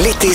écoutez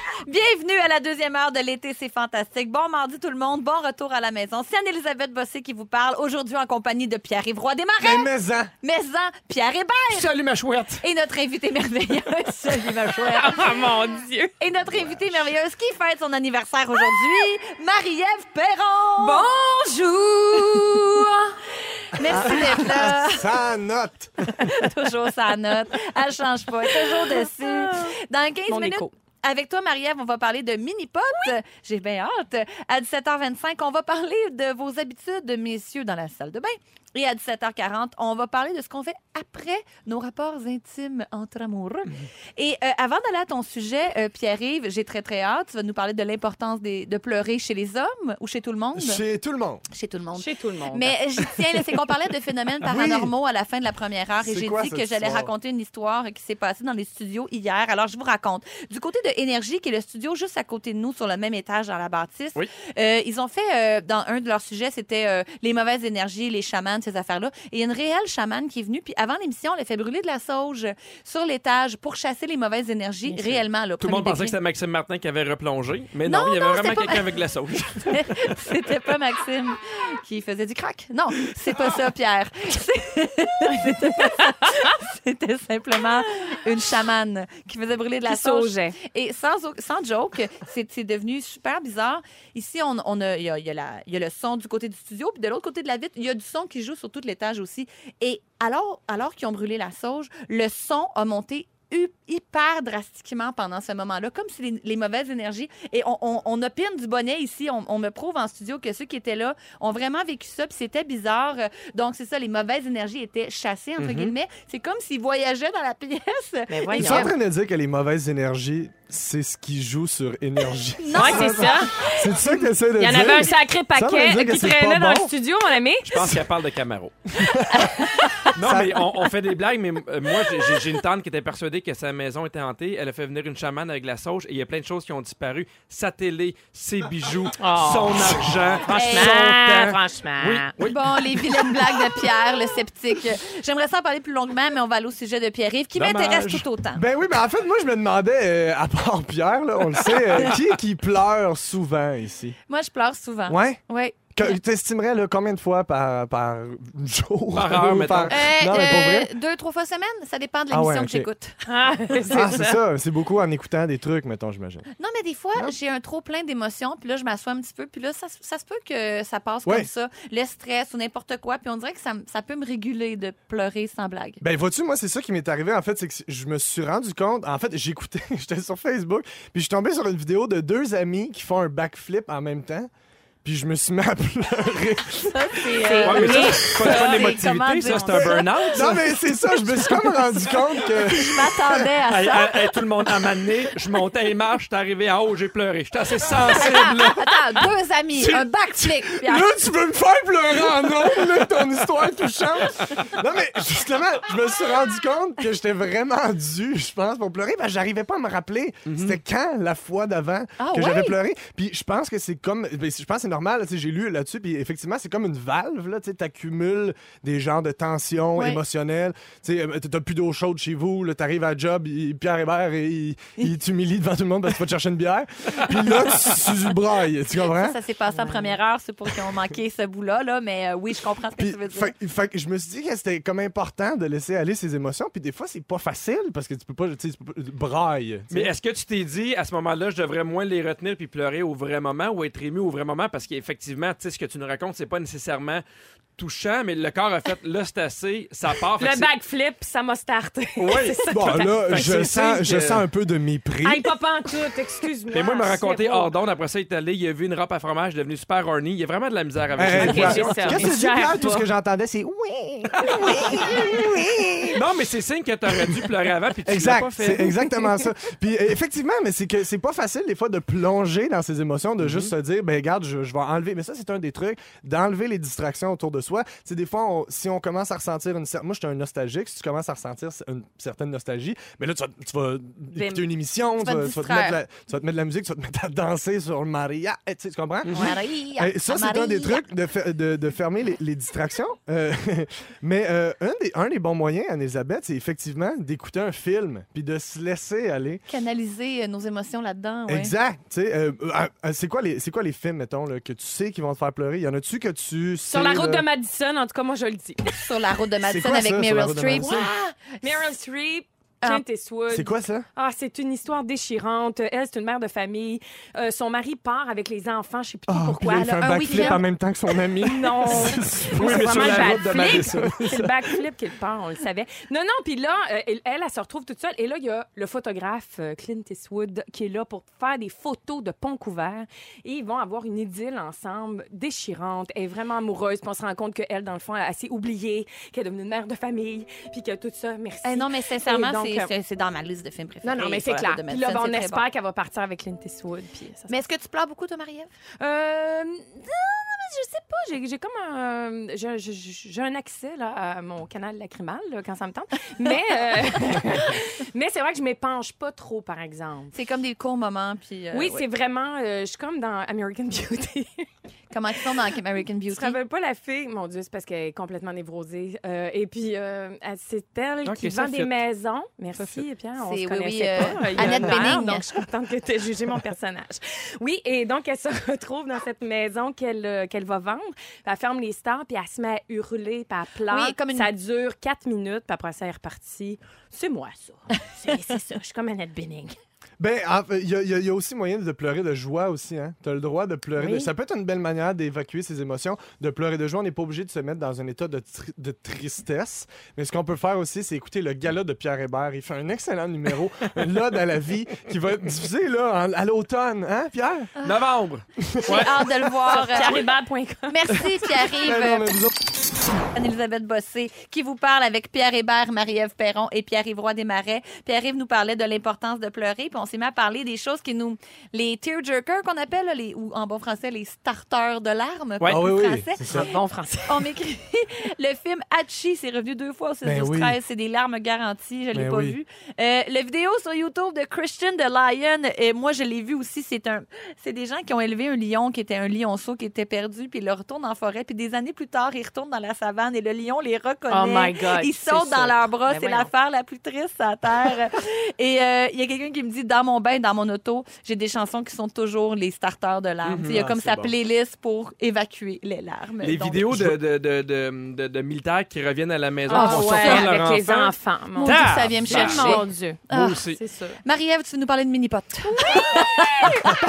Bienvenue à la deuxième heure de l'été, c'est fantastique. Bon mardi tout le monde, bon retour à la maison. C'est Anne-Elisabeth Bossé qui vous parle aujourd'hui en compagnie de Pierre-Yves Roy Mais hein? Desmarais, maison. Maison, Pierre Hébert Salut ma chouette. et notre invitée merveilleuse, Sophie Machouette. Oh mon Dieu! Et notre invitée merveilleuse qui fête son anniversaire aujourd'hui, Marie-Ève Perron. Bonjour! Merci d'être là. Ça note. toujours sa note. Elle change pas. Elle est toujours dessus. Dans 15 Mon minutes. écho. Avec toi, Marie-Ève, on va parler de mini-pot. J'ai bien hâte. À 17h25, on va parler de vos habitudes, messieurs, dans la salle de bain. Et à 17h40, on va parler de ce qu'on fait après nos rapports intimes entre amoureux. Et euh, avant d'aller à ton sujet, euh, Pierre-Yves, j'ai très, très hâte. Tu vas nous parler de l'importance des- de pleurer chez les hommes ou chez tout le monde? Chez tout le monde. Chez tout le monde. Chez tout le monde. Mais j'y tiens, là, c'est qu'on parlait de phénomènes paranormaux à la fin de la première heure et C'est j'ai quoi dit cette que j'allais histoire? raconter une histoire qui s'est passée dans les studios hier. Alors, je vous raconte. Du côté de Énergie, qui est le studio juste à côté de nous, sur le même étage dans la bâtisse, Oui. euh, ils ont fait, euh, dans un de leurs sujets, c'était euh, les mauvaises énergies, les chamans, ces affaires-là. Et il y a une réelle chamane qui est venue, puis avant l'émission, elle a fait brûler de la sauge sur l'étage pour chasser les mauvaises énergies réellement. Là, Tout le monde premier pensait degré. que c'était Maxime Martin qui avait replongé, mais Non, non, il y avait non, c'était vraiment pas- quelqu'un avec de la sauce. C'était pas Maxime qui faisait du crack. Non, c'est pas ça, Pierre. C'est- C'était pas ça. C'était simplement une chamane qui faisait brûler de la Qui sauge. saugeait. Et sans, au- sans joke, c'est c'est devenu super bizarre. Ici, on, on a, il y a, il y a la- il y a le son du côté du studio, puis de l'autre côté de la vitre, il y a du son qui joue sur tout l'étage aussi. Et alors, alors qu'ils ont brûlé la sauge, le son a monté hu- hyper drastiquement pendant ce moment-là, comme si les, les mauvaises énergies... Et on, on, on opine du bonnet ici, on, on me prouve en studio que ceux qui étaient là ont vraiment vécu ça, puis c'était bizarre. Euh, Donc, c'est ça, les mauvaises énergies étaient chassées, entre guillemets. C'est comme s'ils voyageaient dans la pièce. Mm-hmm. Mais Ils voyons. sont en train de dire que les mauvaises énergies, c'est ce qui joue sur énergie. Non, Ouais, c'est ça. C'est ça que t'essaies de Il y dire? en avait un sacré veut paquet dire euh, que qui c'est traînait pas dans bon. le studio, mon ami. Je pense qu'elle parle de Camaro. non, mais on, on fait des blagues, mais euh, moi, j'ai- j'ai- j'ai une tante qui était persuadée que sa maison était hantée. Elle a fait venir une chamane avec de la sauge et il y a plein de choses qui ont disparu. Sa télé, ses bijoux, Oh. son argent, son Ah, temps. franchement. Oui, oui. Bon, les vilaines blagues de Pierre, le sceptique. J'aimerais ça en parler plus longuement, mais on va aller au sujet de Pierre-Yves, qui Dommage. m'intéresse tout autant. Ben oui, mais en fait, moi, je me demandais, euh, à part Pierre, là, on le sait, euh, qui est qui pleure souvent ici? Moi, je pleure souvent. Ouais? Oui. Que, t'estimerais là, combien de fois par, par jour? Par heure, mettons. Euh, Non, mais pour vrai? euh, deux, trois fois semaine, ça dépend de Ah l'émission ouais, ok. que j'écoute. Ah, c'est Ah, c'est ça. ça. C'est beaucoup en écoutant des trucs, mettons, j'imagine. Non, mais des fois, j'ai un trop plein d'émotions, puis là, je m'assois un petit peu, puis là, ça, ça se peut que ça passe Ouais. comme ça, le stress ou n'importe quoi, puis on dirait que ça, me- ça peut me réguler de pleurer sans blague. Ben vois-tu, moi c'est ça qui m'est arrivé en fait, c'est que je me suis rendu compte, en fait j'écoutais, j'étais sur Facebook, puis je suis tombé sur une vidéo de deux amis qui font un backflip en même temps, puis je me suis mis à pleurer. Ça, c'est. C'est- euh, Ouais, mais ça, c'est pas, c'est pas de C'est- comment l'émotivité, dire ça, c'est un ça? burn-out. non mais c'est ça, je me suis comme rendu compte que Je m'attendais à ça. Hey, hey, hey, tout le monde à m'amener, je montais les marches, j'étais arrivé en haut, j'ai pleuré. J'étais assez sensible. là. Attends, deux amis, Tu- un backflip. puis là tu veux me faire pleurer en ondes, là, ton histoire touchante. Non mais justement, je me suis rendu compte que j'étais vraiment dû, je pense, pour pleurer, parce que j'arrivais pas à me rappeler c'était quand la fois d'avant Ah que ouais? j'avais pleuré. pleurer. Puis je pense que c'est comme. ben, Je pense que c'est normal. tu sais, J'ai lu là-dessus. Puis effectivement, c'est comme une valve. là, Tu sais, accumules des genres de tensions Ouais. émotionnelles. Tu sais, euh, t'as plus d'eau chaude chez vous. Tu arrives à job. il- Pierre Hébert, il, il t'humilie devant tout le monde parce que tu vas te chercher une bière. Puis là, tu, tu brailles. Tu comprends? Ça, ça s'est passé en première heure, c'est pour qu'ils ont manqué ce bout-là, là, mais euh, oui, je comprends ce que Puis, tu veux dire. fait- fait que je me suis dit que c'était comme important de laisser aller ses émotions. Puis des fois, c'est pas facile parce que tu peux pas, tu sais, tu peux pas- braille. tu sais. Mais est-ce que tu t'es dit à ce moment-là, je devrais moins les retenir puis pleurer au vrai moment ou être ému au vrai moment parce qu'effectivement, tu sais ce que tu nous racontes, c'est pas nécessairement touchant, mais le corps a fait là c'est assez, ça part. Fait que Le c'est- backflip, ça m'a starté. Oui. C'est ça. Bon, là, Fait que je c'est sens, signe je que- sens un peu de mépris. Hey, pas pantoute, excuse-moi. Mais moi, il m'a raconté C'est- oh. hors d'onde. Après ça, il est allé, il a vu une robe à fromage devenue super horny. Il a vraiment de la misère avec Hey, ses hey, j'ai émotions. Pierre, ça. Euh, Qu'est-ce que tu dis, Mais Pierre? j'arrive Tout ce pas. que j'entendais, c'est oui, oui, oui. Non, mais c'est signe que t'aurais dû pleurer avant puis tu l'as Exact, pas fait. c'est exactement ça. Puis euh, effectivement, mais c'est que c'est pas facile des fois de Mhm. plonger dans ses émotions, de juste se dire, ben regarde, je, je vais enlever. Mais ça, c'est un des trucs, d'enlever les distractions autour de soi. Tu sais, des fois, on- si on commence à ressentir une certaine. Moi, j'étais un nostalgique. Si tu commences à ressentir une certaine nostalgie, mais là, tu vas, tu vas écouter une émission, tu Ben, vas te vas, tu vas te distraire. mettre de la- tu vas te mettre de la musique, tu vas te mettre à danser sur Maria. Eh, Tu sais, tu comprends? Mhm. Maria, Eh, ça, c'est un Maria. des trucs de, fer- de- de fermer les, les distractions. Euh, mais euh, un, des, un des bons moyens, Anne-Elisabeth, c'est effectivement d'écouter un film puis de se laisser aller. Canaliser euh, nos émotions là-dedans. ouais. Exact. tu sais, euh, euh, euh, c'est quoi, les- c'est quoi les films, mettons, là, que tu sais qui vont te faire pleurer? Y en a-tu que tu. sais, Sur la route là- de Madison, en tout cas, moi, je le dis. Sur la route de Madison quoi, avec ça, sur la Meryl route de Streep. Madison? Meryl Streep. Ah. Clint Eastwood. C'est quoi ça? Ah, c'est une histoire déchirante. Elle, c'est une mère de famille. Euh, son mari part avec les enfants, je sais plus Ah, puis pourquoi. là, il fait alors, un un backflip week-end. en même temps que son ami. Non. oui, mais c'est sur vraiment la le route backflip. de Madison. C'est le backflip qu'il part, on le savait. Non, non, puis là, euh, elle, elle, elle se retrouve toute seule. Et là, il y a le photographe euh, Clint Eastwood qui est là pour faire des photos de pont couvert. Et ils vont avoir une idylle ensemble déchirante. Elle est vraiment amoureuse. Puis on se rend compte qu'elle, dans le fond, elle a s'est oubliée, qu'elle est devenue une mère de famille, puis que tout ça, merci. Eh non, mais Eh, sincèrement, Et donc, c'est- euh, c'est- c'est dans ma liste de films préférés. non, non, mais c'est sur la clair. route de Puis là, Madison, ben, on c'est très espère bon. qu'elle va partir avec Clint Eastwood. Puis ça, se Mais est-ce que tu pleures beaucoup, toi, Marie-Ève? Euh, non, non, mais je sais pas. J'ai, j'ai comme un. euh, J'ai, j'ai- j'ai un accès là, à mon canal lacrymal là, quand ça me tente. Mais, euh, mais c'est vrai que je m'épanche pas trop, par exemple. C'est comme des courts moments. Puis, euh, oui, ouais. c'est vraiment. euh, je suis comme dans American Beauty. Comment ils sont dans American je Beauty? ne rappelle pas la fille. Mon Dieu, c'est parce qu'elle est complètement névrosée. Euh, et puis, euh, elle- c'est elle Ok, qui ça vend fit. des maisons. Merci, fit. Pierre. On C'est- se oui, connaissait oui, euh, pas. Il y a Annette une heure, Bening. Donc, je suis contente que tu aies jugé mon personnage. Oui, et donc, elle se retrouve dans cette maison qu'elle euh, qu'elle va vendre. Puis Elle ferme les stars, puis elle se met à hurler, puis elle pleure. Oui, comme une- Ça dure quatre minutes, puis après, ça est reparti. C'est moi, ça. C'est c'est ça. Je suis comme Annette Bening. Ah Ben, en fait, il y, a- il y a- il y a aussi moyen de pleurer de joie aussi, hein. T'as le droit de pleurer. de- Oui. Ça peut être une belle manière d'évacuer ses émotions, de pleurer de joie. On n'est pas obligé de se mettre dans un état de, tri- de tristesse. Mais ce qu'on peut faire aussi, c'est écouter le gala de Pierre Hébert. Il fait un excellent numéro, une L'Ode à la vie, qui va être diffusé, là, en- à l'automne, hein, Pierre? Ah, Novembre. J'ai hâte de le voir. euh, Pierre-Hébert.com. Merci, Ben non, Pierre-Yves. mais vous autres- Anne-Elisabeth Bossé, qui vous parle avec Pierre Hébert, Marie-Ève Perron et Pierre-Yves Roy Desmarais. Pierre-Yves nous parlait de l'importance de pleurer, puis on s'est mis à parler des choses qui nous. les tearjerkers qu'on appelle, là, les, ou en bon français, les starters de larmes. Ouais. en Ah oui, oui, français. c'est ça. Bon français. On m'écrit le film Hachi, c'est revenu deux fois au 6 Ben 12 oui. 13 C'est des larmes garanties, je ne l'ai Ben pas oui. vu. Euh, la vidéo sur YouTube de Christian the Lion, et moi je l'ai vu aussi. C'est un, c'est des gens qui ont élevé un lion qui était un lionceau qui était perdu, puis ils le retournent en forêt, puis des années plus tard ils retournent dans la savane et le lion les reconnaît. Oh my God, Ils c'est sautent dans ça. leurs bras, Ben c'est voyons. l'affaire la plus triste à terre. et euh, il y a quelqu'un qui me dit dans mon bain, dans mon auto, j'ai des chansons qui sont toujours les starters de larmes. Tu sais, Il y a Ah, comme c'est sa bon. playlist pour évacuer les larmes. Les Donc, vidéos de, de, de, de, de- de militaires qui reviennent à la maison Ah, pour ouais, sortir avec leur les enfant. enfants. Mon Mon Dieu, Dieu. Tabarnak. ça vient me chercher. Mon Dieu. Moi Ah, aussi. C'est sûr. Marie-Ève, tu veux nous parler de mini-pot.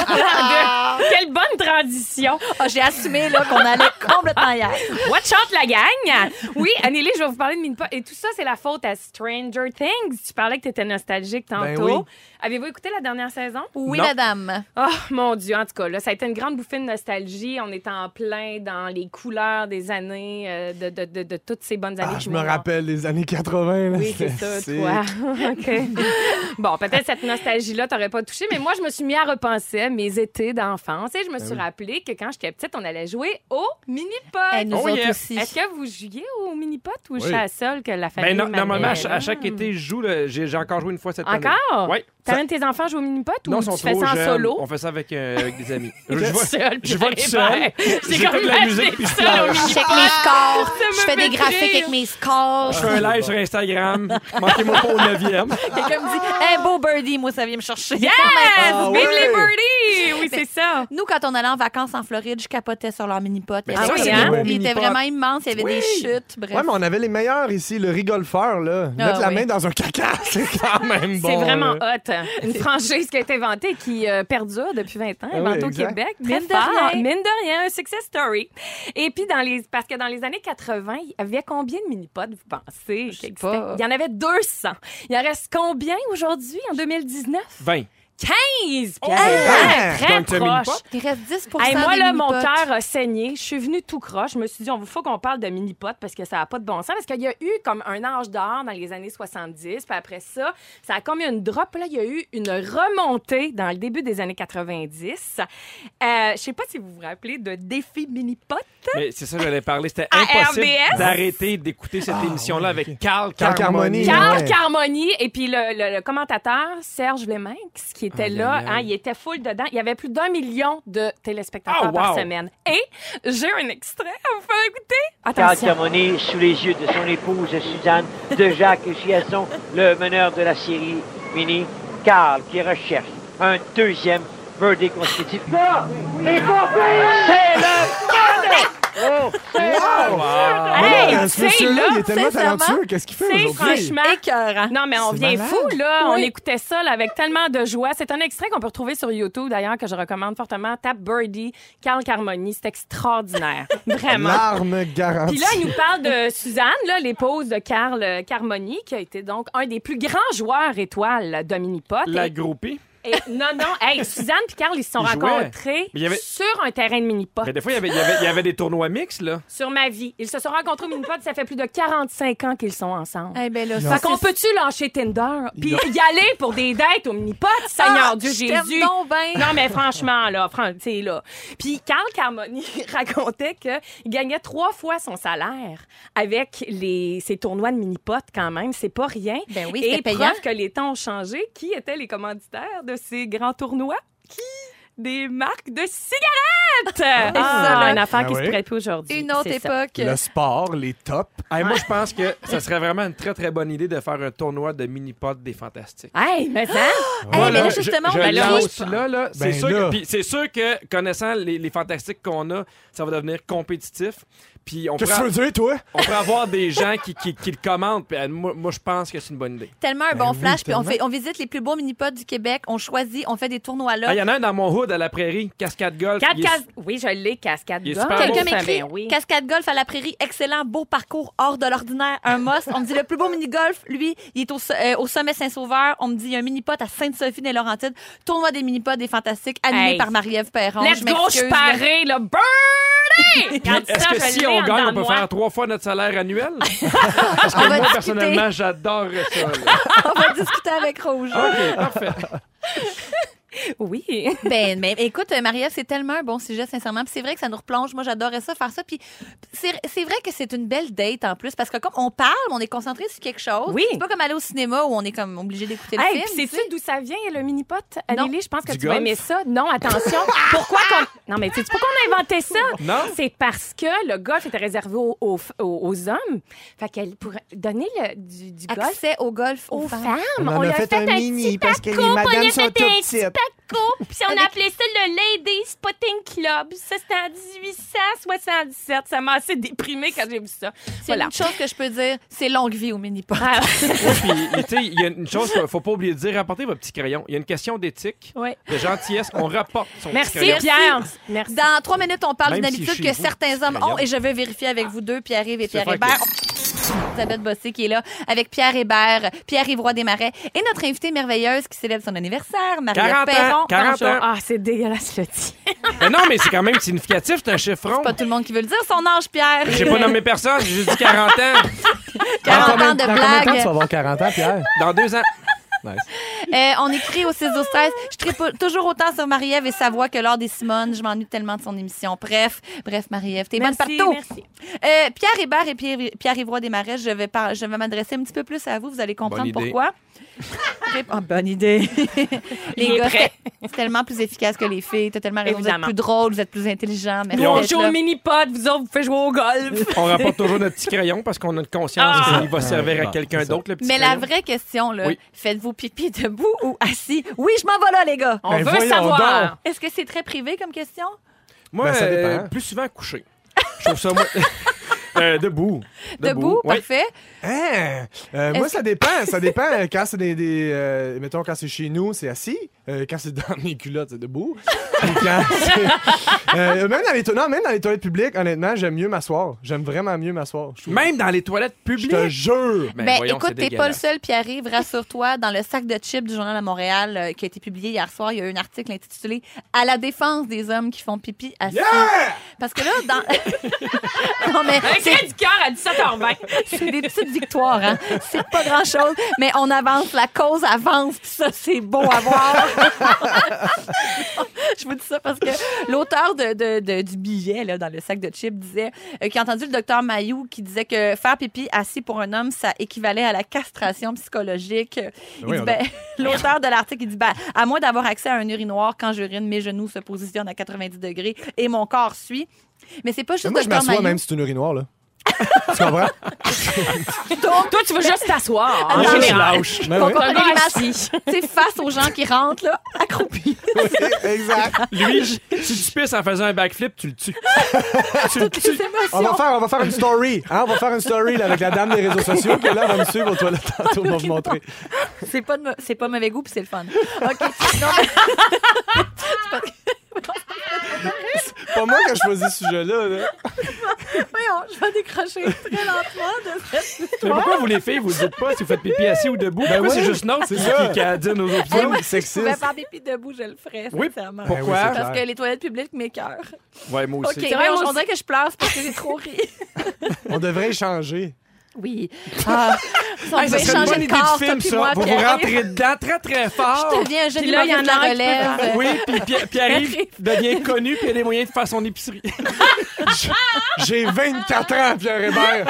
Quelle bonne transition. Ah, J'ai assumé là, qu'on allait complètement hier. Watch out, la gang! Oui, Anneli, je vais vous parler de Minpa. Et tout ça, c'est la faute à Stranger Things. Tu parlais que tu étais nostalgique Ben tantôt. oui. Avez-vous écouté la dernière saison? Oui, Non. madame. Oh mon Dieu, en tout cas, là, ça a été une grande bouffée de nostalgie. On est en plein dans les couleurs des années, euh, de, de- de- de toutes ces bonnes années. Ah, qui je me vont- rappelle les années 80. là, Oui, c'est c'était- ça, c'est- toi. OK. Bon, peut-être cette nostalgie-là, t'aurais pas touché, mais moi, je me suis mis à repenser à mes étés d'enfance et je me Ben suis rappelé que quand j'étais petite, on allait jouer au mini-pot. Et nous Oh, autres yeah. aussi. Est-ce que vous jouiez au mini-pot ou je Oui. suis la seule que la famille Ben, non, m'amenait? normalement, à, cha- à chaque été, je joue. là, J'ai j'ai encore joué une fois cette année. Ah. Encore? Ouais. T'amènes tes enfants jouer au mini-pot ou Non, ils tu sont fais trop ça en jeunes. solo? On fait ça avec, euh, avec des amis. je Tout vois, seul, je vois tout puis seul. ben, ben, J'écoute comme de la la musique, puis je seule au pleure. Je check mes scores. Ah, Ça me Je fais des fait graphiques rire. avec mes scores. Je fais un live sur Instagram. Manquez-moi pas au 9e. Quelqu'un me Ah. dit Hey, beau birdie, moi, ça vient me chercher. Yes! Ah Vive ouais. les birdies! Oui, c'est ça. Nous, quand on allait en vacances en Floride, je capotais sur leur mini-pot. Mais Il y avait ça, des- c'est Ben hein? des beaux Il était mini-pots. vraiment immense. Il y avait des chutes. Bref. Ouais, mais on avait les meilleurs ici, le rigolfeur, là. Ah, Mettre la oui. main dans un caca, c'est quand même bon. c'est vraiment euh, là. hot. hein. Une franchise qui a été inventée qui euh, perdure depuis 20 ans, Ah oui, inventée au exact. Québec. Très Mine de fort. rien. Mine de rien, un success story. Et puis, dans les, parce que dans les années 80, il y avait combien de mini-pods, vous pensez? qui sais existaient? pas. Il y en avait 200. Il en reste combien aujourd'hui, en 2019? 20. 15 pièces. ben! Très Donc, t'as mis une proche. pop? Il reste 10 Hey, moi, des là, mon mini-potes. cœur a saigné. Je suis venue tout croche. Je me suis dit, on faut qu'on parle de mini-pot parce que ça n'a pas de bon sens. Parce qu'il y a eu comme un âge d'or dans les années 70. Puis après ça, ça a comme eu une drop. Puis Là, il y a eu une remontée dans le début des années 90. Euh, Je sais pas si vous vous rappelez de Défi Mini-pot. Mais c'est ça, j'allais parler. C'était À impossible RDS? d'arrêter d'écouter cette émission-là avec Carl Carl Carmoni. Carmoni. Ah, Carl Ouais. Carmoni et puis le, le- le commentateur Serge Lemanx qui était Aïe, là, aïe, hein, aïe. il était full dedans. Il y avait plus d'un million de téléspectateurs Ah, wow. par semaine. Et j'ai un extrait à vous faire écouter. Carl Attention. Carmoni, sous les yeux de son épouse Suzanne, de Jacques Chiasson, le meneur de la série mini, Carl qui recherche un deuxième verdict constitutif. Là, c'est pas pire! C'est le verdict! Oh, c'est le Hey, Mais non, ce tu sais, monsieur-là, là, il est tellement sincèrement, talentueux. Qu'est-ce qu'il fait C'est aujourd'hui? franchement Écœurant. Non, mais on C'est vient malade. fou, là. On Oui. écoutait ça là, avec tellement de joie. C'est un extrait qu'on peut retrouver sur YouTube, d'ailleurs, que je recommande fortement. Tape Birdie, Carl Carmoni. C'est extraordinaire. Vraiment. L'arme garantie. Puis là, il nous parle de Suzanne, là, l'épouse de Carl euh, Carmoni, qui a été donc un des plus grands joueurs étoiles de Minipot. La Et, groupie. et- non, non, hey, Suzanne et Carl, ils se sont Ils jouaient. rencontrés Mais il y avait- sur un terrain de Minipot. Mais Ben, des fois, il y avait- il y avait- il y avait des tournois mixtes, là. Sur ma vie. Ils se sont rencontrés au Minipot, ça fait plus de 45 ans qu'ils sont ensemble. Eh ben là, Fait ça qu'on c'est- peut-tu lâcher Tinder puis y aller pour des dates au Minipot, Seigneur Ah, Dieu je t'aime Jésus? donc ben. Non, mais franchement, là, fran- tu sais, là. Puis Carl Carmoni racontait qu'il gagnait trois fois son salaire avec les, ses tournois de mini-potes quand même. C'est pas rien. Ben oui, Et c'était payant. preuve que les temps ont changé. Qui étaient les commanditaires de ces grands tournois? Qui? Des marques de cigarettes! là. Ah, une affaire Ben qui oui. se prête plus aujourd'hui. Une autre C'est ça. époque. Le sport, les tops. Hey, moi, je pense que ça serait vraiment une très, très bonne idée de faire un tournoi de mini-pod des Fantastiques. Hey, mais ça... Eh, Ah, Moi, mais là, je- justement, je on a lance là, là, c'est Ben sûr, là. Que, puis c'est sûr que, connaissant les, les fantastiques qu'on a, ça va devenir compétitif. Puis on peut, Qu'est-ce que tu veux dire, toi? on peut avoir des gens qui, qui, qui le commandent. Puis, euh, moi, moi, je pense que c'est une bonne idée. tellement un Ben bon oui, flash. Puis on, tellement. fait, on visite les plus beaux mini-potes du Québec. On choisit, on fait des tournois Ah, là. Il y en a un dans mon hood à la prairie, Cascade Golf. Quatre il est- cas- Oui, je l'ai, cascade. Il est d'or. super Quelqu'un beau. Ben m'écrit oui. Cascade golf à la prairie, excellent, beau parcours hors de l'ordinaire, un must. On me dit le plus beau mini-golf, lui, il est au, so- euh, au sommet Saint-Sauveur. On me dit il y a un mini-pot à Sainte-Sophie des Laurentides. Tournoi des mini-pots des fantastiques animé Hey. par Marie-Ève Perron. Let's Je go, je m'excuse, là. suis parée, là. Birdie! Puis, Regarde Est-ce ça, que je si l'ai on en gagne, dedans on de peut moi. faire trois fois notre salaire annuel? Parce On que va moi, discuter. personnellement, j'adore ça. On va discuter avec Rouge. là. OK, parfait. Oui. Ben, mais écoute, euh, Maria, c'est tellement un bon sujet, sincèrement. Puis c'est vrai que ça nous replonge. Moi, j'adorais ça, faire ça. Puis c'est c'est vrai que c'est une belle date en plus, parce que comme on parle, on est concentré sur quelque chose. Oui. C'est pas comme aller au cinéma où on est comme obligé d'écouter le Hey, film. puis sais-tu tu sais. d'où ça vient, le mini-pot? Non. Anneli, je pense que Du tu vas golf? aimer ça. Non, attention. pourquoi qu'on... Non, mais sais-tu pourquoi on a inventé ça? Non? C'est parce que le golf était réservé aux, aux, aux- aux hommes. Fait qu'elle pourrait donner le, du, du golf Accès au golf aux aux femmes. femmes. en a leur fait un petit mini parce que les taco, on madames leur sont fait toutes un petit petites. taco, Puis on appelait ça le Lady Spotting Club. Ça, c'était en 1877. Ça m'a assez déprimée quand j'ai vu ça. C'est Voilà. une chose que je peux dire, c'est longue vie au mini-pot. Ah, Ouais, puis, mais tu sais, il y a une chose qu'il faut pas oublier de dire rapportez votre petit crayon. Il y a une question d'éthique, ouais. de gentillesse. On rapporte son Merci, petit crayon. Pierre. Merci. Dans trois minutes, on parle Même d'une si habitude chez que vous, certains c'est hommes ont crayon. et je veux vérifier avec vous deux, Pierre-Yves et Tu veux Pierre faire Hébert. Elisabeth Bossé qui est là avec Pierre Hébert, Pierre-Yves Roy Desmarais et notre invitée merveilleuse qui célèbre son anniversaire, Maria 40 ans, Perron. 40 Bonjour. ans. Ah, c'est dégueulasse le tien. Eh Mais non, mais c'est quand même significatif, c'est un chiffron. Pas tout le monde qui veut le dire, son âge, Pierre. Oh. J'ai pas nommé personne, j'ai juste dit 40 ans. 40 Dans combien- ans de Ah, Dans combien de temps tu vas blagues. avoir 40 ans, Pierre? Dans deux ans. Euh, on écrit au 6 12 13 Je tripe toujours autant sur Marie-Ève et sa voix que lors des Simone. Je m'ennuie tellement de son émission. Bref, bref, Marie-Ève, t'es bonne Merci, partout. merci. Euh, Pierre Hébert et Pierre, Pierre Ivoire Desmarais, je vais, par- je vais m'adresser un petit peu plus à vous. Vous allez comprendre Bonne idée. pourquoi. Rép- Ah, bonne idée. Il les est gars, prêt. c'est- c'est tellement plus efficace que les filles. T'as tellement raison. Vous Évidemment. êtes plus drôles, vous êtes plus intelligents. Merci Et on On d'être joue là. au mini-pod, vous autres, vous faites jouer au golf. On rapporte toujours notre petit crayon parce qu'on a une conscience Ah! qu'il va servir à quelqu'un c'est ça. d'autre, le petit Mais la crayon. vraie question, là, Oui. faites-vous pipi debout ou assis? Oui, je m'en vais là, les gars. On Ben veut voyons savoir. Est-ce que c'est très privé comme question? Moi, Ben, ça euh, dépend. plus souvent couché. Je trouve ça, moi. Euh, debout. Debout, oui. parfait. Hein? Euh, moi, Est-ce ça dépend. Ça dépend. Euh, Quand c'est des. des, euh, mettons, quand c'est chez nous, c'est assis. Euh, quand c'est dans mes culottes, c'est debout. Puis quand c'est- euh, même, dans les to- non, même dans les toilettes publiques, honnêtement, j'aime mieux m'asseoir. J'aime vraiment mieux m'asseoir. Je trouve- Même dans les toilettes Je publiques. te jure. Ben, Ben, voyons, c'est écoute, t'es pas le dégueulasse. seul, Pierre-Yves. Rassure-toi, dans le sac de chips du Journal à Montréal euh, qui a été publié hier soir, il y a eu un article intitulé À la défense des hommes qui font pipi assis. Ben Parce que là, dans. non, mais Ah, Un cri du cœur à 17h20. c'est des petites victoires, hein. C'est pas grand-chose, mais on avance, la cause avance, puis ça, c'est beau à voir. Je vous dis ça parce que l'auteur de, de- de- du billet, là, dans le sac de chips, disait, euh, qui a entendu le docteur Mayou, qui disait que faire pipi assis pour un homme, ça équivalait à la castration psychologique. Il oui, dit, on ben, l'auteur de l'article, il dit, ben, à moins d'avoir accès à un urinoir, quand j'urine, mes genoux se positionnent à 90 degrés et mon corps suit. Mais c'est pas juste Mais moi, je docteur m'assois Mayou. même si c'est une urinoir, là. tu comprends? Toi, tu vas juste t'asseoir. Ah, en Ah, non, Juste mais- lâche. Ben oui. Pas Un les gars masques. assis. Tu sais, face aux gens qui rentrent, là, accroupi. exact. Lui, si tu pisses en faisant un backflip, tu le tues. tu le Toutes les tues. On va, émotions. faire, on va faire une story. hein? On va faire une story là, avec la dame des réseaux sociaux. Puis là, on va me suivre aux toilettes tantôt. On va vous montrer. C'est pas, de- c'est pas mauvais goût, puis c'est le fun. OK. Non, mais- C'est parce que- Pas moi qui ai choisi ce sujet-là. là. Eh Voyons, je vais décrocher très lentement de cette Mais pourquoi vous, les filles, vous dites pas si vous faites pipi assis ou debout? Ben Pourquoi oui, c'est juste non? c'est C'est ça. ça qui cadine aux autres Zoom filles? Je sexiste. pouvais faire pipi debout, je le ferais, Oui, sincèrement. pourquoi? Ben oui, c'est Parce clair. que les toilettes publiques m'écœurent. Ouais, moi OK, aussi. vrai, voyons, moi on aussi. dirait que je place parce que j'ai trop ri. On devrait échanger. Oui. Ah, si on Hey, ça pouvait serait une changer bonne de idée de corps, toi film, puis ça. moi, vous vous Pierre-Yves. rentrez dedans très, très Je fort. deviens un jeune Puis là, il y humoriste en a de la un qui peut relève. Oui, puis Pierre- Pierre-Yves devient connu, puis il a les moyens de faire son épicerie. J'ai 24 ans, Pierre Hébert.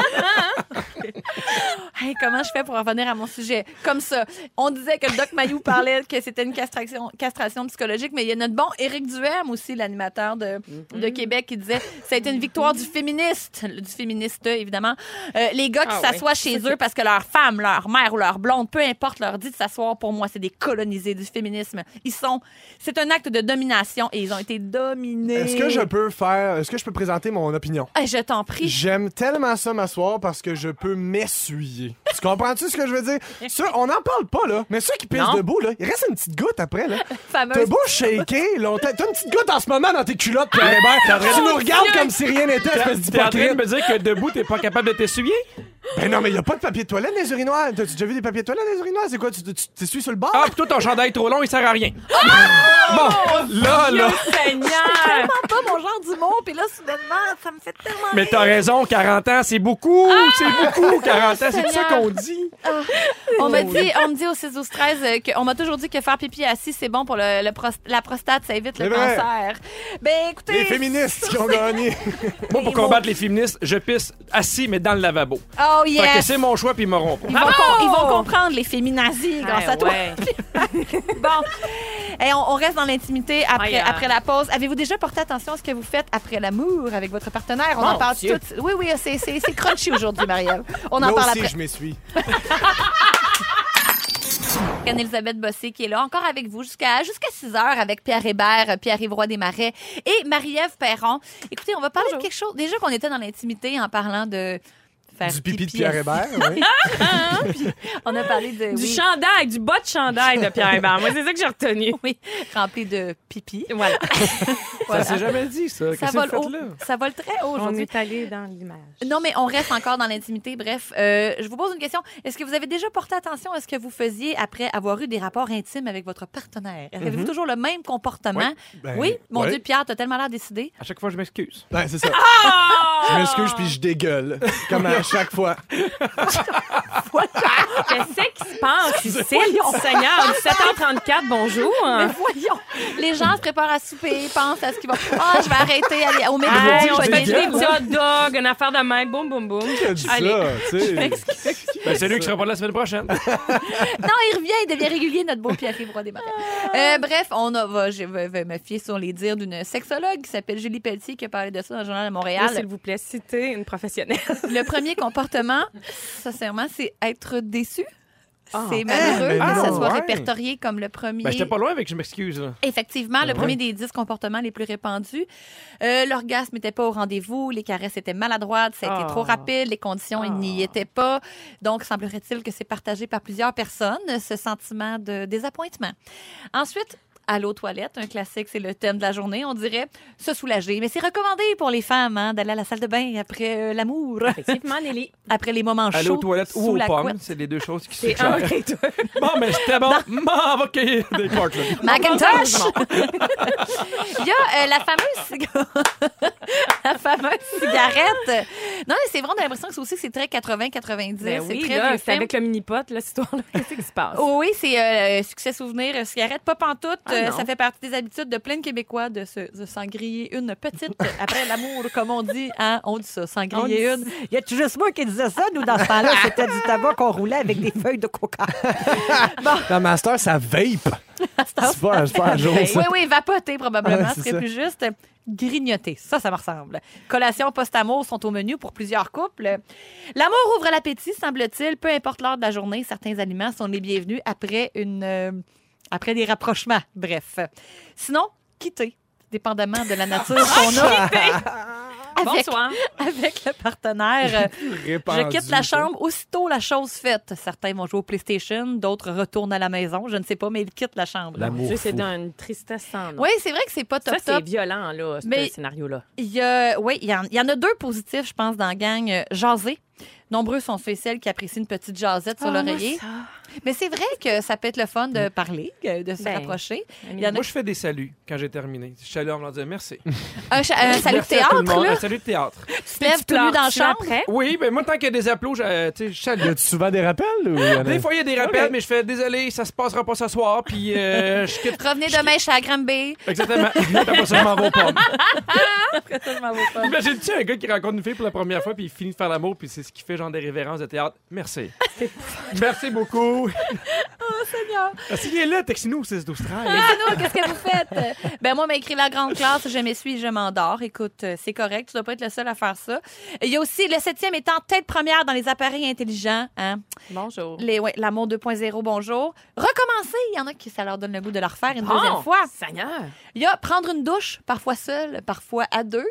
Hey, comment je fais pour revenir à mon sujet? Comme ça, on disait que le Doc Mayou parlait que c'était une castration, castration psychologique, mais il y a notre bon Éric Duhem aussi, l'animateur de, de Québec, qui disait ça a été une victoire du féministe, du féministe évidemment. Euh, les gars qui Ah s'assoient chez eux parce que leur femme, leur mère ou leur blonde, peu importe, leur dit de s'asseoir, pour moi, c'est des colonisés du féminisme. Ils sont. C'est un acte de domination et ils ont été dominés. Est-ce que je peux faire. Est-ce que je peux présenter mon opinion? Hey, je t'en prie. J'aime tellement ça m'asseoir parce que je peux m'essuyer. Tu comprends-tu ce que je veux dire? Ceux- on n'en parle pas, là. Mais ceux qui pissent Non. debout, là, il reste une petite goutte après, là. T'as Fameuse. beau shaker longtemps. T'as une petite goutte en ce moment dans tes culottes, Pierre Hébert. Tu nous regardes comme si rien n'était, espèce T'es en train de d'hypocrite. me dire que debout, t'es pas capable de t'essuyer? Ben non, mais il a pas de papier de toilette, les urinoirs. T'as-tu déjà vu des papiers de toilette, les urinoirs? C'est quoi? Tu tu- tu t'essuies sur le bord? Ah, plutôt ton chandail trop long, il sert à rien. bon, là, là. Seigneur! pas mon genre d'humour, puis là, soudainement, ça me fait tellement Mais t'as raison, 40 ans, c'est beaucoup, Ah! c'est beaucoup, 40 ans, c'est tout ça qu'on dit. On Ben me dit, on me dit au 6 12 13 euh, que- on m'a toujours dit que faire pipi assis c'est bon pour le, le pros- la prostate, ça évite le C'est vrai. cancer. Ben écoutez, Les féministes qui ont gagné. Moi, pour combattre les féministes, je pisse assis, mais dans le lavabo. oh Fait que yes. c'est mon choix, puis ils m'auront pas. Ils vont, com- ils vont comprendre les Ah, féminazis grâce à toi. Bon, et on, on reste dans l'intimité après, Aïe, aïe. après la pause. Avez-vous déjà porté attention à ce que vous faites après l'amour avec votre partenaire? On en Mon parle Dieu. tout. Oui, oui, c'est- c'est c'est crunchy aujourd'hui, Marielle. On en Moi parle aussi, après. je m'essuie. Anne-Elisabeth Bossé qui est là encore avec vous jusqu'à jusqu'à 6 heures avec Pierre Hébert, Pierre Évroy Desmarais et Marie-Ève Perron. Écoutez, on va parler de quelque chose. Déjà qu'on était dans l'intimité en parlant de faire Du pipi de Pierre Hébert, oui. On a parlé de Du Ben oui, chandail, du bas de chandail de Pierre Hébert. Moi, c'est ça que j'ai retenu. oui, rempli de pipi. Voilà. Voilà. Ça s'est jamais dit, ça. Ça Qu'est-ce que vole vous haut. faites là? Ça vole très haut On aujourd'hui. est allé dans l'image. Non, mais on reste encore dans l'intimité. Bref, euh, je vous pose une question. Est-ce que vous avez déjà porté attention à ce que vous faisiez après avoir eu des rapports intimes avec votre partenaire? Avez-vous toujours le même comportement? Ben, oui, mon Mm-hmm. ouais. Dieu, Ah! Pierre, t'as tellement l'air décidé. À chaque fois, je m'excuse. Ben, c'est ça. Je m'excuse puis je dégueule. Comme à chaque fois. Qu'est-ce qui se passe ici? Seigneur, 17h34, bonjour. Mais voyons, Ah. les gens se préparent à souper, pensent à ce qu'ils vont. Ah, je vais arrêter aller au métro. Hey, je on vais se fait manger des des petits hot dogs, une affaire de main, boum, boum, boum. Qui a dit Allez. ça, tu sais? Ben, c'est lui qui sera pas là la semaine prochaine. Non, il revient, il devient régulier, notre beau Pierre Roy des Marais. Euh, bref, on a- va, je vais, vais me fier sur les dires d'une sexologue qui s'appelle Julie Pelletier qui a parlé de ça dans le Journal de Oui, Montréal. S'il vous plaît, citez une professionnelle. le premier comportement, sincèrement, c'est être déçu. Ah. C'est malheureux que Ah, mais ça non, soit ouais. répertorié comme le premier. Ben, j'étais pas loin avec je m'excuse. là. Effectivement, Ah le premier des dix comportements les plus répandus. Euh, L'orgasme n'était pas au rendez-vous, les caresses étaient maladroites, ça a été Ah. trop rapide, les conditions Ah. n'y étaient pas. Donc, semblerait-il que c'est partagé par plusieurs personnes, ce sentiment de désappointement. Ensuite, aller aux toilettes, un classique, c'est le thème de la journée, on dirait se soulager. Mais c'est recommandé pour les femmes hein, d'aller à la salle de bain après euh, l'amour, Effectivement, Nelly. après les moments chauds. Aller aux toilettes sous ou aux la pommes, couette. c'est les deux choses qui C'est se un et ah, deux. Bon, mais c'était bon. M'en va cueillir des Portland. Macintosh! Il y a euh, la fameuse cigarette. la fameuse cigarette. Non, mais c'est vrai, on a l'impression que ça aussi, c'est très 80-90. Ben oui, c'est très là, vieux c'est film. avec le mini-pot, là, cette histoire-là. Qu'est-ce qui se passe? Oh oui, c'est euh, succès souvenir, euh, cigarette, pas pantoute. Ah Euh, non. ça fait partie des habitudes de plein de Québécois de, se, de s'en griller une petite après l'amour, comme on dit. Hein? On dit ça, s'en On dit griller une. Il y a juste moi qui disais ça. Nous, dans ce temps-là, c'était du tabac qu'on roulait avec des feuilles de coca. La master, ça vape. C'est pas, c'est pas un jour, ça. Ben Oui, oui, vapoter probablement, Ah, ce serait c'est ça. plus juste. Grignoter, ça, ça me ressemble. Collation post-amour sont au menu pour plusieurs couples. L'amour ouvre l'appétit, semble-t-il. Peu importe l'heure de la journée, certains aliments sont les bienvenus après, une, euh, après des rapprochements. Bref. Sinon, quitter, dépendamment de la nature qu'on Ah, a. Avec, Bonsoir. avec le partenaire. euh, Répandu, Je quitte la ça. chambre aussitôt la chose faite. Certains vont jouer au PlayStation, d'autres retournent à la maison. Je ne sais pas, mais ils quittent la chambre. Mon L'amour. Dieu, c'est fou. d'une tristesse sans nom. Oui, c'est vrai que c'est pas top Ça, top. c'est violent, là, ce Mais- scénario-là. Il y a, oui, il y, en, il y en a deux positifs, je pense, dans la gang. Euh, jaser. Nombreux sont ceux et celles qui apprécient une petite jasette Ah, sur Ah, l'oreiller. Mais c'est vrai que ça peut être le fun Mm. de parler, euh, de se Ben, rapprocher. Il y en a- Moi, je fais des saluts quand j'ai terminé. Je salue en leur disant merci. Un, cha- un salut de Merci à tout le théâtre, monde. là. Un salut de théâtre. Tu te lèves tout nu dans la chambre. après? Oui, ben moi, tant qu'il y a des applaudissements, je, euh, tu sais, je Y salue. a-tu souvent des rappels ou y en a- Des fois, il y a des rappels, mais je fais désolé, ça se passera pas ce soir, puis euh, je quitte. Revenez demain chez la Granby. Exactement. Après ça, je m'en vais aux pommes. Ça, je m'en vais pas. Imagine-tu un gars qui rencontre une fille pour la première fois, puis il finit de faire l'amour, puis c'est ce qu'il fait, genre des révérences de théâtre. Merci. Merci beaucoup. Oh, Seigneur. S'il est là, texte-nous au 6 12 13 Dites-nous, qu'est-ce que vous faites? Ben moi, m'a écrit la grande classe, je m'essuie, je m'endors. Écoute, euh, c'est correct, tu dois pas être le seul à faire ça. Il y a aussi le septième étant tête première dans les appareils intelligents. Hein? Bonjour. Les, ouais, l'amour 2.0, bonjour. Recommencer, il y en a qui ça leur donne le goût de le refaire une Ah! deuxième fois. Oh, Seigneur. Il y a prendre une douche, parfois seule, parfois à deux.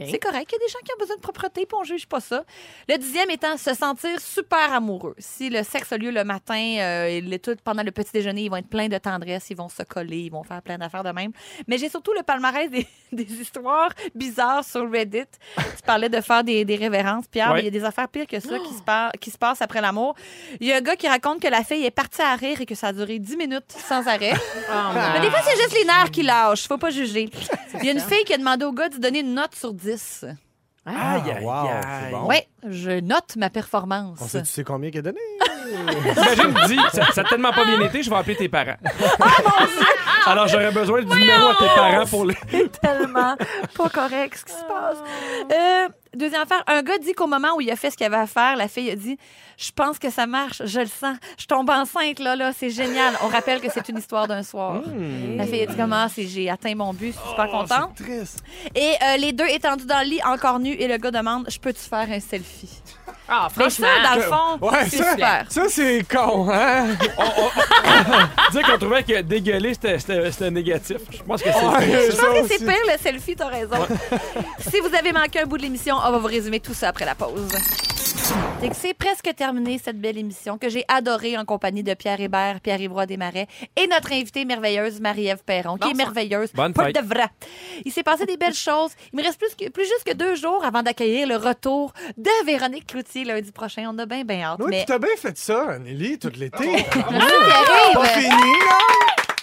OK. C'est correct, il y a des gens qui ont besoin de propreté, puis on juge pas ça. Le dixième étant se sentir super amoureux. Si le sexe a lieu le matin, euh, et le tout- pendant le petit déjeuner, ils vont être pleins de tendresse, ils vont se coller, ils vont faire plein d'affaires de même. Mais j'ai surtout le palmarès des, des histoires bizarres sur Reddit. Tu parlais de faire des, des révérences, Pierre, Ouais. mais il y a des affaires pires que ça qui, se par- qui se passent après l'amour. Il y a un gars qui raconte que la fille est partie à rire et que ça a duré 10 minutes sans arrêt. Mais des fois, c'est juste les nerfs qui lâchent. Faut pas juger. Il y a une fille qui a demandé au gars de donner une note sur 10. Ah, Aïe, aïe, wow, aïe. c'est bon. Ouais, je note ma Oh. On performance. sait, tu sais combien qu'il a donné? Imagine, dis, ça, ça a tellement pas bien été, je vais appeler tes parents. Alors, j'aurais besoin du numéro à tes parents pour le. Tellement pas correct ce qui se passe. Ah. Euh, deuxième affaire, un gars dit qu'au moment où il a fait ce qu'il avait à faire, la fille a dit Je pense que ça marche, je le sens. Je tombe enceinte, là, là, c'est génial. On rappelle que c'est une histoire d'un soir. Hmm. La fille a dit Comment c'est, j'ai atteint mon but, je suis super Oh, contente. Triste. Et euh, les deux étendus dans le lit, encore nus, et le gars demande Je peux-tu faire un selfie Ah, Mais ça, franchement. dans le fond, Ouais, c'est ça, super. ça c'est con, hein? Dire qu'on trouvait que dégueuler, c'était- c'était c'était négatif. Je pense que c'est. Ouais, Je ça pense que c'est aussi. pire le selfie, t'as raison. si vous avez manqué un bout de l'émission, on va vous résumer tout ça après la pause. Fait que C'est presque terminé cette belle émission que j'ai adorée en compagnie de Pierre Hébert, Pierre Évroy Desmarais et notre invitée merveilleuse Marie-Ève Perron, qui est merveilleuse. Bonne pas fête. de vrai. Il s'est passé des belles choses. Il me reste plus, que, plus juste que deux jours avant d'accueillir le retour de Véronique Cloutier lundi prochain. On a bien, bien hâte. Oui, mais Oh, puis t'as bien fait ça, Nelly, tout l'été. Pierre-Yves, Pas fini, là!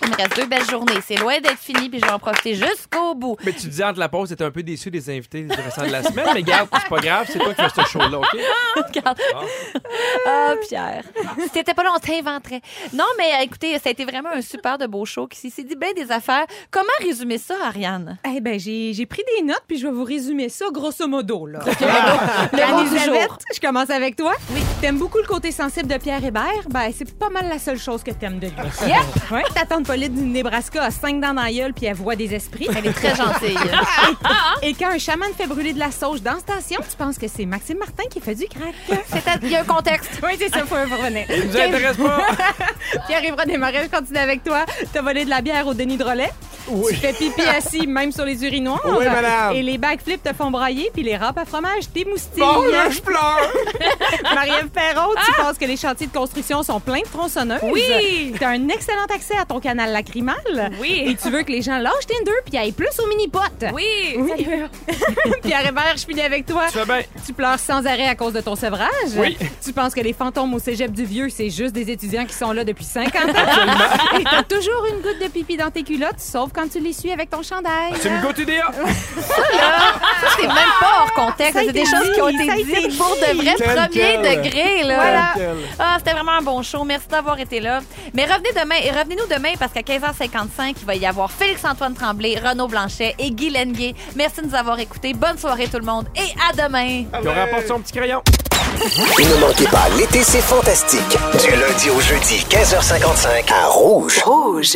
il me reste deux belles journées. C'est loin d'être fini, puis je vais en profiter jusqu'au bout. Mais tu disais entre la pause, t'étais un peu déçu des invités du restant de la semaine, mais garde, c'est pas grave, c'est toi qui fais ce show-là, OK? Regarde. Ah, Pierre. Si t'étais pas là, on t'inventerait. Non, mais euh, écoutez, ça a été vraiment un super de beau show qui s'est dit bien des affaires. Comment résumer ça, Ariane? Eh ben, j'ai j'ai pris des notes, puis je vais vous résumer ça grosso modo. Là. Le mot du Elisabeth, jour. je commence avec toi. Oui. T'aimes beaucoup le côté sensible de Pierre Hébert? Ben, c'est pas mal la seule chose que t'aimes de lui. Yep. Ouais, t'attends pas acolyte du Nebraska a cinq dents dans la gueule puis elle voit des esprits. Elle est très gentille. Et quand un chaman fait brûler de la sauge dans la station, tu penses que c'est Maxime Martin qui fait du crack. C'est à- Il y a un contexte. Oui, c'est ça, faut me revenir. Il nous intéresse pas. Pierre-Yves des Marais, je continue avec toi. T'as volé de la bière au Denis Drolet. Tu fais pipi assis, même sur les urinoirs. Oui, madame. Et les backflips te font brailler, puis les râpes à fromage t'émoustillent. Oh, Bon, là, je Ah! pleure! Marie-Ève Perrault, tu penses que les chantiers de construction sont pleins de tronçonneuses. Oui. T'as un excellent accès à ton canal lacrimal. Oui. Et tu veux que les gens lâchent Tinder, puis aillent plus au mini-pot. Oui. Oui. Pierre Hébert, je finis avec toi. Tu fais bien. Tu pleures sans arrêt à cause de ton sevrage. Oui. Tu penses que les fantômes au cégep du vieux, c'est juste des étudiants qui sont là depuis 50 ans. Et t'as toujours une goutte de pipi dans tes culottes, sauf quand tu les suis avec ton chandail. C'est une goutte idéa. Ça, c'est même pas hors contexte. Ah. Ça a C'est des été choses qui ont dit, ça a été été dites pour de vrai Tel premier quel. degré. Là. Tel quel. Ah, c'était vraiment un bon show. Merci d'avoir été là. Mais revenez demain et revenez-nous demain parce qu'à 15h55, il va y avoir Félix-Antoine Tremblay, Renaud Blanchet et Guy Lenguet. Merci de nous avoir écoutés. Bonne soirée tout le monde et à demain. Puis on rapporte son petit crayon. Ne manquez pas, l'été, c'est fantastique. Du lundi au jeudi, 15h55, à Rouge.